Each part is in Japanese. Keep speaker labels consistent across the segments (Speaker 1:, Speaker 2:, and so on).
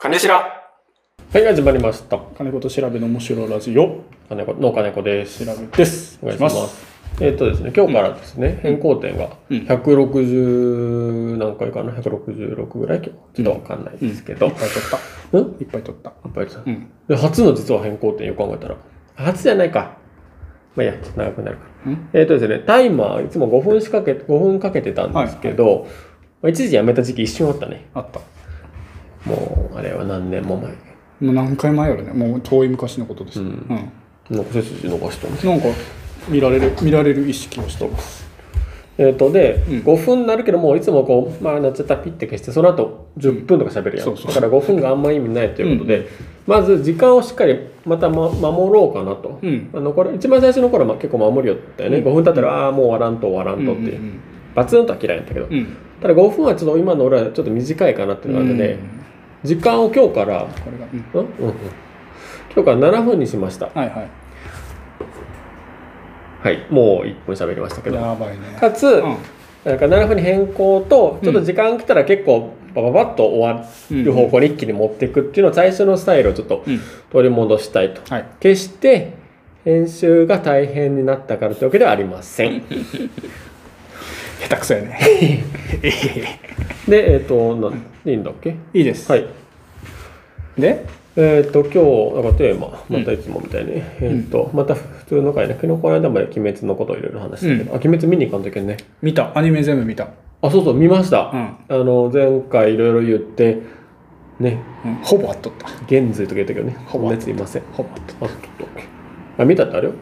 Speaker 1: 金白
Speaker 2: はい、始まりました。
Speaker 3: 金子と調べの面白ラジオ
Speaker 2: 金子、農家猫です。
Speaker 3: 調べです。
Speaker 2: お願いします。えっ、とですね、今日からですね、変更点が
Speaker 3: うん
Speaker 2: 160何回かな、166ぐらいちょっとわかんないですけど。
Speaker 3: いっぱい取っ
Speaker 2: うん、
Speaker 3: た。いっぱい取った。
Speaker 2: いっぱいです
Speaker 3: うん。
Speaker 2: で初の実は変更点よく考えたら。初じゃないか。まあいいや、ちょっと長くなるから。
Speaker 3: うん
Speaker 2: えっ、とですね、タイマーいつも5分しかけ、5分かけてたんですけど、まあ一時やめた時期一瞬あったね。
Speaker 3: あった。
Speaker 2: もう、あれは何年も前。
Speaker 3: もう何回前やるね。もう遠い昔のことです。
Speaker 2: う
Speaker 3: うんん。
Speaker 2: なんか背筋伸ばしたんです
Speaker 3: なんか、見られる、見られる意識をしてます。
Speaker 2: えー、とで、
Speaker 3: うん
Speaker 2: 5分になるけどもういつもこう、まあ、なっちゃったらピッて消してその後10分とか喋るやん、
Speaker 3: うんそうそう
Speaker 2: だから5分があんま意味ないということで、まず時間をしっかりまた、ま、守ろうかなと、
Speaker 3: うん
Speaker 2: あのこれ一番最初の頃はまあ結構守りよったよね、
Speaker 3: うん
Speaker 2: 5分経ったら、ああもう終わらんと終わらんとっていう、
Speaker 3: うん
Speaker 2: バツンとは嫌いやったけど、
Speaker 3: うんうん。
Speaker 2: ただ5分はちょっと今の俺はちょっと短いかなっていうのがあるので、
Speaker 3: うん
Speaker 2: 時間を今日から、
Speaker 3: これが。うん
Speaker 2: うんうんうん今日から7分にしました
Speaker 3: はいはい。
Speaker 2: はいもう1分喋りましたけど
Speaker 3: やばいね。
Speaker 2: かつ、なんか7分に変更とちょっと時間来たら結構バババッと終わる方向に一気に持っていくっていうのを最初のスタイルをちょっと
Speaker 3: うん。うん。
Speaker 2: 取り戻したいと
Speaker 3: はい。
Speaker 2: 決して編集が大変になったからというわけではありません
Speaker 3: 下手くそやね。
Speaker 2: でえっ、となんでいいんだっけ
Speaker 3: いいです。
Speaker 2: はい
Speaker 3: で、
Speaker 2: えっ、と今日なんかテーマまたいつもみたいに、えっ、とまた普通の回ね昨日この間まで「鬼滅」のことをいろいろ話したけど、
Speaker 3: う
Speaker 2: あ
Speaker 3: ん
Speaker 2: 鬼滅見に行かんといけんね
Speaker 3: 見た。アニメ全部見た。
Speaker 2: あそうそう見ました、
Speaker 3: うん
Speaker 2: あの前回いろいろ言ってね
Speaker 3: うんほぼあっとった。
Speaker 2: 現在とか言ったけどね、
Speaker 3: ほ
Speaker 2: こん
Speaker 3: ぼ
Speaker 2: なやついません。
Speaker 3: ほぼあっとっ
Speaker 2: あ、ちょっと。あ、見たってあれよ。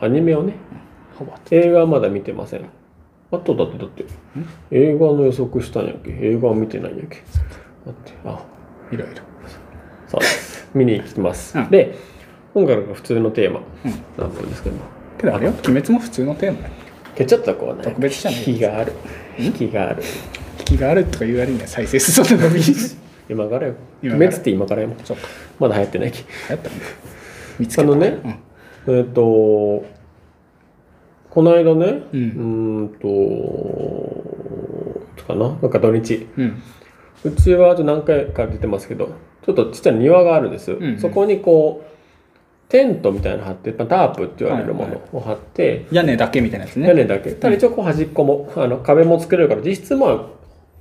Speaker 2: アニメをね。
Speaker 3: た。ほぼあっとっ
Speaker 2: 映画はまだ見てません。あとだってだって。映画の予測したんやっけ映画は見てないんやっけ待って。あ、
Speaker 3: た。いろいろ。
Speaker 2: そうです。見に行きます。
Speaker 3: うん
Speaker 2: で、今回が普通のテーマなんですけども。
Speaker 3: けどあれよ、鬼滅も普通のテーマや
Speaker 2: ケチャッとこはね、
Speaker 3: 特別じゃない
Speaker 2: 引きがある。引きがある。
Speaker 3: 引きがあるとか言う割には再生するのもい いし。
Speaker 2: 今からよ。
Speaker 3: 今
Speaker 2: 滅
Speaker 3: から
Speaker 2: って今からよ。
Speaker 3: そっか。
Speaker 2: まだ流行ってないき。
Speaker 3: 流行ったんだ。見つ
Speaker 2: あ
Speaker 3: けた。
Speaker 2: のね、えっ、と、この間ね、
Speaker 3: うん
Speaker 2: うーんと、いつかな、なんか土日、
Speaker 3: うん。
Speaker 2: うちはあと何回か出てますけど、ちょっとちっちゃい庭があるんです。
Speaker 3: んうん
Speaker 2: そこにこう、テントみたいなの張って、まあタープって言われるものを張って、
Speaker 3: 屋根だけみたいなやつね。
Speaker 2: 屋根だけ。ただ一応こう端っこも、あの壁も作れるから、実質まあ、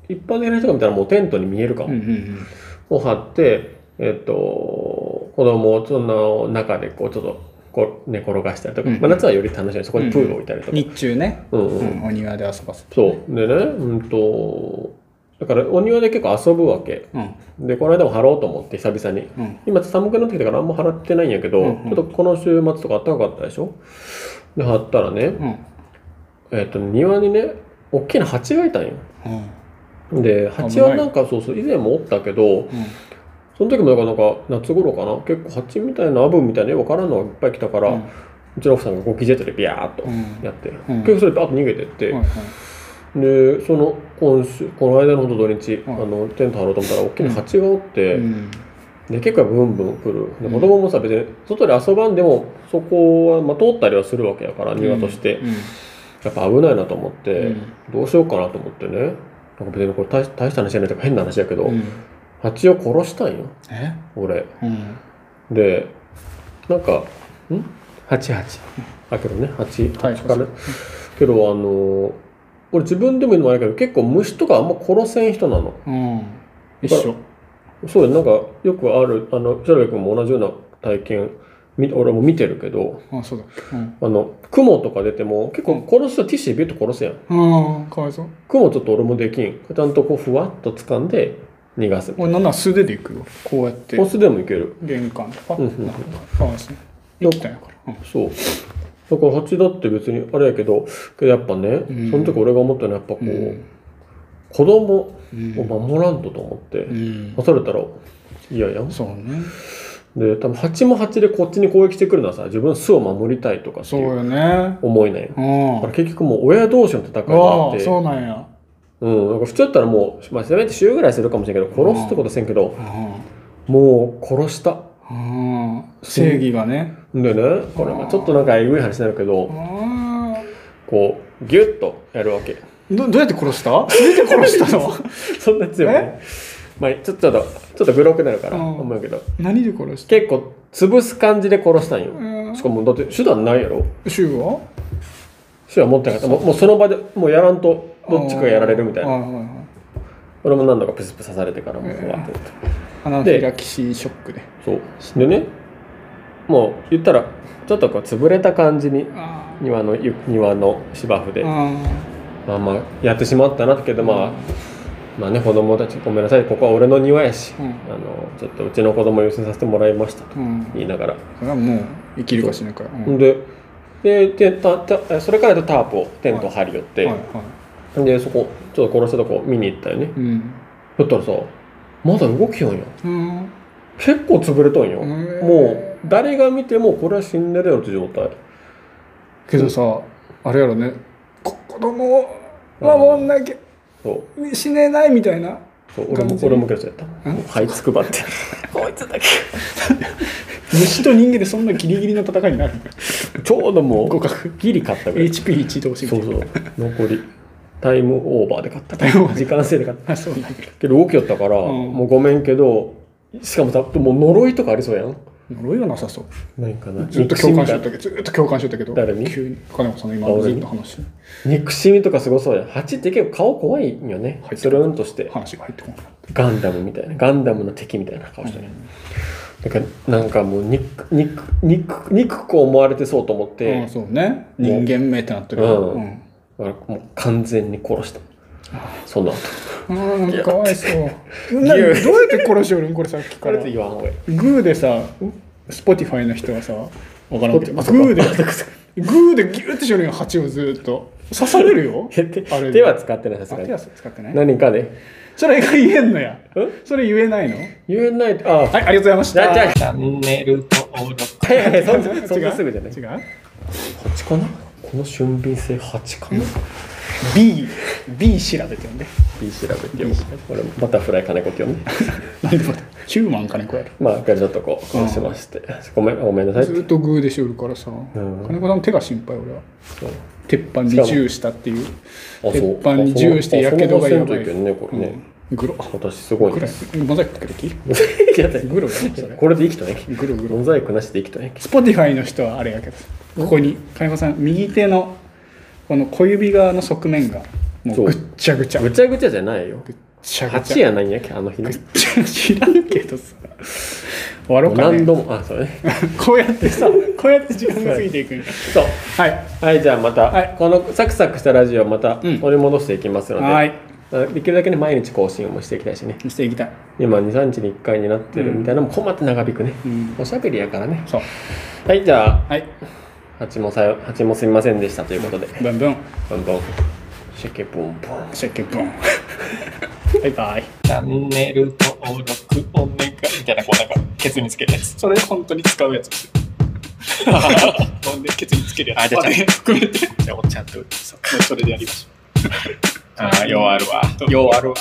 Speaker 2: 一般的な人が見たらもうテントに見えるかも。
Speaker 3: うんうん
Speaker 2: を張って、えっと、子供をその中でこうちょっとこう寝転がしたりとか、
Speaker 3: うん
Speaker 2: まあ、夏はより楽しいそこにプールを置いたりと
Speaker 3: う
Speaker 2: か、
Speaker 3: ん。日中ね、
Speaker 2: うん
Speaker 3: う
Speaker 2: うん
Speaker 3: ん、お庭で遊ばせて。
Speaker 2: そうでねうんとだからお庭で結構遊ぶわけ
Speaker 3: うん。
Speaker 2: でこの間も張ろうと思って久々に
Speaker 3: うん。
Speaker 2: 今寒くなってきたからあんま払ってないんやけど、
Speaker 3: うんう
Speaker 2: ち
Speaker 3: ん
Speaker 2: ょっとこの週末とか暖かかったでしょで張ったらね、
Speaker 3: うん。
Speaker 2: えっと庭にね大きな蜂がいたんよ
Speaker 3: うん。
Speaker 2: で蜂はなんかそうそう以前もおったけど、その時もなかなか夏頃かな結構蜂みたいなアブみたいなよくわからんのがいっぱい来たから、う
Speaker 3: うん
Speaker 2: ちの奥さんがゴキジェットでビャーっと
Speaker 3: うん
Speaker 2: やって、
Speaker 3: ん
Speaker 2: 結構それバッと逃げてって、
Speaker 3: はいはい
Speaker 2: でその今週この間のほんと土日、
Speaker 3: うん
Speaker 2: あのテント張ろうと思ったら大きな蜂がおって、
Speaker 3: うん。
Speaker 2: で結構ブンブン来るで子供もさ別に外で遊ばんでもそこは、まあ、通ったりはするわけやから庭として、
Speaker 3: うん。
Speaker 2: やっぱ危ないなと思って、
Speaker 3: うん
Speaker 2: どうしようかなと思ってねなんか別にこれ大し大した話じゃないとか変な話やけど、
Speaker 3: うん
Speaker 2: 蜂を殺したんよ
Speaker 3: え
Speaker 2: 俺。
Speaker 3: うん。
Speaker 2: でなんかん88あけどね8
Speaker 3: はい
Speaker 2: かねけどあのー俺自分でも言うのもあれやけど結構虫とかあんま殺せん人なの
Speaker 3: うん。一緒。
Speaker 2: そうよなんかよくあるあの白部君も同じような体験み俺も見てるけど
Speaker 3: あ、そうだっけ。うん。
Speaker 2: あの雲とか出ても結構殺す人ティッシュでビュッと殺すやん
Speaker 3: ああ、かわいそう。
Speaker 2: 雲ちょっと俺もできんちゃんとこうふわっと掴んで逃がす
Speaker 3: 俺なんなら素手で行くよ。こうやって
Speaker 2: オ。スでもいける
Speaker 3: 玄関とか。
Speaker 2: うんうんうん
Speaker 3: かわいそう。生きたんやから。うん
Speaker 2: そう。だから蜂だって別にあれやけど、けどやっぱね、
Speaker 3: ん
Speaker 2: その時俺が思ったのはやっぱこう、
Speaker 3: うん
Speaker 2: 子供を守らんとと思って、
Speaker 3: うん。
Speaker 2: 刺されたら嫌やん。
Speaker 3: そうね。
Speaker 2: で、多分蜂も蜂でこっちに攻撃してくるのはさ、自分の巣を守りたいとかって
Speaker 3: そう
Speaker 2: いう
Speaker 3: よね。
Speaker 2: 思いなんよ。
Speaker 3: うん。
Speaker 2: だから
Speaker 3: あ
Speaker 2: 結局もう親同士の戦いになっ
Speaker 3: あ、
Speaker 2: て、
Speaker 3: そうなんや。
Speaker 2: うん、なんか普通だったらもう、まあ、せめて週ぐらいするかもしれんけど、殺すってことはせんけど、
Speaker 3: うん。
Speaker 2: もう殺した。
Speaker 3: うん正義がね。
Speaker 2: でね、これまあちょっとなんかえぐい話になるけど、
Speaker 3: うん。
Speaker 2: こう、ギュッとやるわけ。
Speaker 3: どどうやって殺した素手で殺したの
Speaker 2: そんな強くない。まあ、ちょっと、ちょっとグロくなるから、
Speaker 3: うん
Speaker 2: 思うけど、
Speaker 3: 何で殺した
Speaker 2: 結構、潰す感じで殺したんよ。
Speaker 3: うん
Speaker 2: しかも、だって手段ないやろ
Speaker 3: 週は
Speaker 2: 手段持ってなかった。もうもうその場で、もうやらんと、どっちかやられるみたい
Speaker 3: あ
Speaker 2: な。
Speaker 3: ーはいはいはい
Speaker 2: 俺も何度かプスプス刺されてから、もう
Speaker 3: えー
Speaker 2: 終わってって。
Speaker 3: アナフィラキシーショックで
Speaker 2: そう。でね、もう言ったら、ちょっとこう、潰れた感じに、
Speaker 3: あー
Speaker 2: 庭の、ゆ庭の芝生で、
Speaker 3: あ
Speaker 2: まあまあ、やってしまったなけど、まあ、まあね、子供たち、ごめんなさい、ここは俺の庭やし、
Speaker 3: うん
Speaker 2: あの、ちょっとうちの子供を優先させてもらいましたと
Speaker 3: ーうん
Speaker 2: 言いながら。
Speaker 3: それはもう生きるか死ぬかうん
Speaker 2: んで、で、でたたそれからタープを、テントを張り寄って、
Speaker 3: はいはい
Speaker 2: で、そこ、ちょっと殺したとこ見に行ったよね。
Speaker 3: うん
Speaker 2: だったらさ、まだ動きよんよ。
Speaker 3: うん
Speaker 2: 結構潰れとんよ。
Speaker 3: へー
Speaker 2: もう、誰が見てもこれは死んでるよって状態。
Speaker 3: けどさあれやろねこ子供を守んなきゃ
Speaker 2: そう。
Speaker 3: 死ねないみたいな
Speaker 2: そう俺も
Speaker 3: 感じ
Speaker 2: 俺もけどそうやった。
Speaker 3: ん
Speaker 2: もう這いつく ばって。こいつだけ。
Speaker 3: 虫と人間でそんなギリギリの戦いになる
Speaker 2: ちょうども
Speaker 3: 互
Speaker 2: う、
Speaker 3: 角
Speaker 2: ギリ勝ったぐらい。
Speaker 3: HP1 同士み
Speaker 2: そ
Speaker 3: たいう
Speaker 2: そ
Speaker 3: な
Speaker 2: う残りタイムオーバーで勝った
Speaker 3: タイムオーバー
Speaker 2: 時間制で勝った
Speaker 3: あそうなんだ
Speaker 2: けど動きよったから、
Speaker 3: うん
Speaker 2: もうごめんけどしかもたもう呪いとかありそうやん
Speaker 3: 呪いはなさそう
Speaker 2: 何かな
Speaker 3: ずっと共感し
Speaker 2: 憎み
Speaker 3: とったけどずっと共感しとったけど
Speaker 2: 誰に
Speaker 3: 急に金子さんの今
Speaker 2: あ
Speaker 3: の
Speaker 2: 俺
Speaker 3: ず
Speaker 2: に
Speaker 3: っと話
Speaker 2: と憎しみとかすごそうやん蜂って結構顔怖いんよね
Speaker 3: はい
Speaker 2: つるんとして
Speaker 3: 話が入ってこなかっ、
Speaker 2: ガンダムみたいなガンダムの敵みたいな顔してね、だからなんかもう憎憎憎憎く思われてそうと思ったて
Speaker 3: あ、そうね人間名ってなってる
Speaker 2: うん
Speaker 3: うん
Speaker 2: だからもう完全に殺したその後
Speaker 3: うんかわいそうなどうやって殺しよるんこれさっき
Speaker 2: こ
Speaker 3: か
Speaker 2: れ
Speaker 3: ら
Speaker 2: って言わんほうがいい
Speaker 3: グーでさスポティファイの人はさわからんけどグ
Speaker 2: あそっか
Speaker 3: ーでグーでギューってしよるんよ蜂をずっと刺されるよ
Speaker 2: え手
Speaker 3: あれ
Speaker 2: 手は使ってないさす
Speaker 3: あ
Speaker 2: が
Speaker 3: 手
Speaker 2: に
Speaker 3: は使ってない
Speaker 2: 何かで、
Speaker 3: それが言えんのやそれ言えないのは
Speaker 2: 言えないと、あ、はい
Speaker 3: ありがとうございまし
Speaker 2: じゃあ、じゃ
Speaker 3: た
Speaker 2: あ、チャンネル登録。いやいや、そんな、そんなすぐじゃない。
Speaker 3: 違う
Speaker 2: 8かなこの俊敏性8かな
Speaker 3: B, B 調べて呼んで
Speaker 2: ?B 調べてよ。これ、バタフライ金子って呼んで。
Speaker 3: なんでまた9万金子やろ
Speaker 2: まあ、ガチャとこう、こうしまして。ごめん、ごめんなさいって
Speaker 3: ず。っとグーでしよるからさ、
Speaker 2: ん
Speaker 3: 金子さんの手が心配俺は
Speaker 2: そう
Speaker 3: 鉄板に銃したっていう
Speaker 2: あ、
Speaker 3: 鉄
Speaker 2: そう。
Speaker 3: 板に銃してやけどがやば
Speaker 2: ば
Speaker 3: い
Speaker 2: いけんね、これね。
Speaker 3: グロ
Speaker 2: 私、すごい
Speaker 3: グ
Speaker 2: ん
Speaker 3: ロ
Speaker 2: で
Speaker 3: や
Speaker 2: す。
Speaker 3: モザイクかけてき
Speaker 2: いやだよ
Speaker 3: グロやそれ
Speaker 2: これで生きたね。
Speaker 3: グログロ
Speaker 2: モザイクなしで生きたね。
Speaker 3: スポティファイの人はあれやけどここに金子さん右手のこの小指側の側面がも
Speaker 2: そう
Speaker 3: うぐっちゃぐちゃぐ
Speaker 2: ぐ
Speaker 3: っ
Speaker 2: ちゃぐちゃじゃないよ。
Speaker 3: ちゃぐ
Speaker 2: 8
Speaker 3: ちゃ
Speaker 2: やないんやけ、あの日の。
Speaker 3: 知らんけどさ終わろうか
Speaker 2: 何
Speaker 3: ね
Speaker 2: 度も、あ、そうね。
Speaker 3: こうやってさこうやって時間が過ぎていくんや
Speaker 2: そう。
Speaker 3: はい
Speaker 2: はい、じゃあまた、
Speaker 3: はい
Speaker 2: このサクサクしたラジオまた
Speaker 3: うん
Speaker 2: 取り戻していきますので、
Speaker 3: はい
Speaker 2: できるだけね毎日更新をしていきたいしね
Speaker 3: していきたい
Speaker 2: 今23日に1回になってるみたいなのも困って長引くね、
Speaker 3: うん
Speaker 2: おしゃべりやからね
Speaker 3: そう
Speaker 2: はいじゃ
Speaker 3: はい
Speaker 2: あ蜂もさよ蜂もすみませんでしたということで
Speaker 3: ブンブン
Speaker 2: ボンボンシェケボンボン
Speaker 3: シェッケブンバイバイ
Speaker 2: チャンネル登録お願いみたいなこうなんかケツにつけるやつ
Speaker 3: それ本当に使うやつ です 飲んでケツにつけるやつ
Speaker 2: あじゃあ
Speaker 3: れ含めて
Speaker 2: じゃあおっちゃんと
Speaker 3: そうそれでやりましょう
Speaker 2: ああようあるわ
Speaker 3: ようあるわ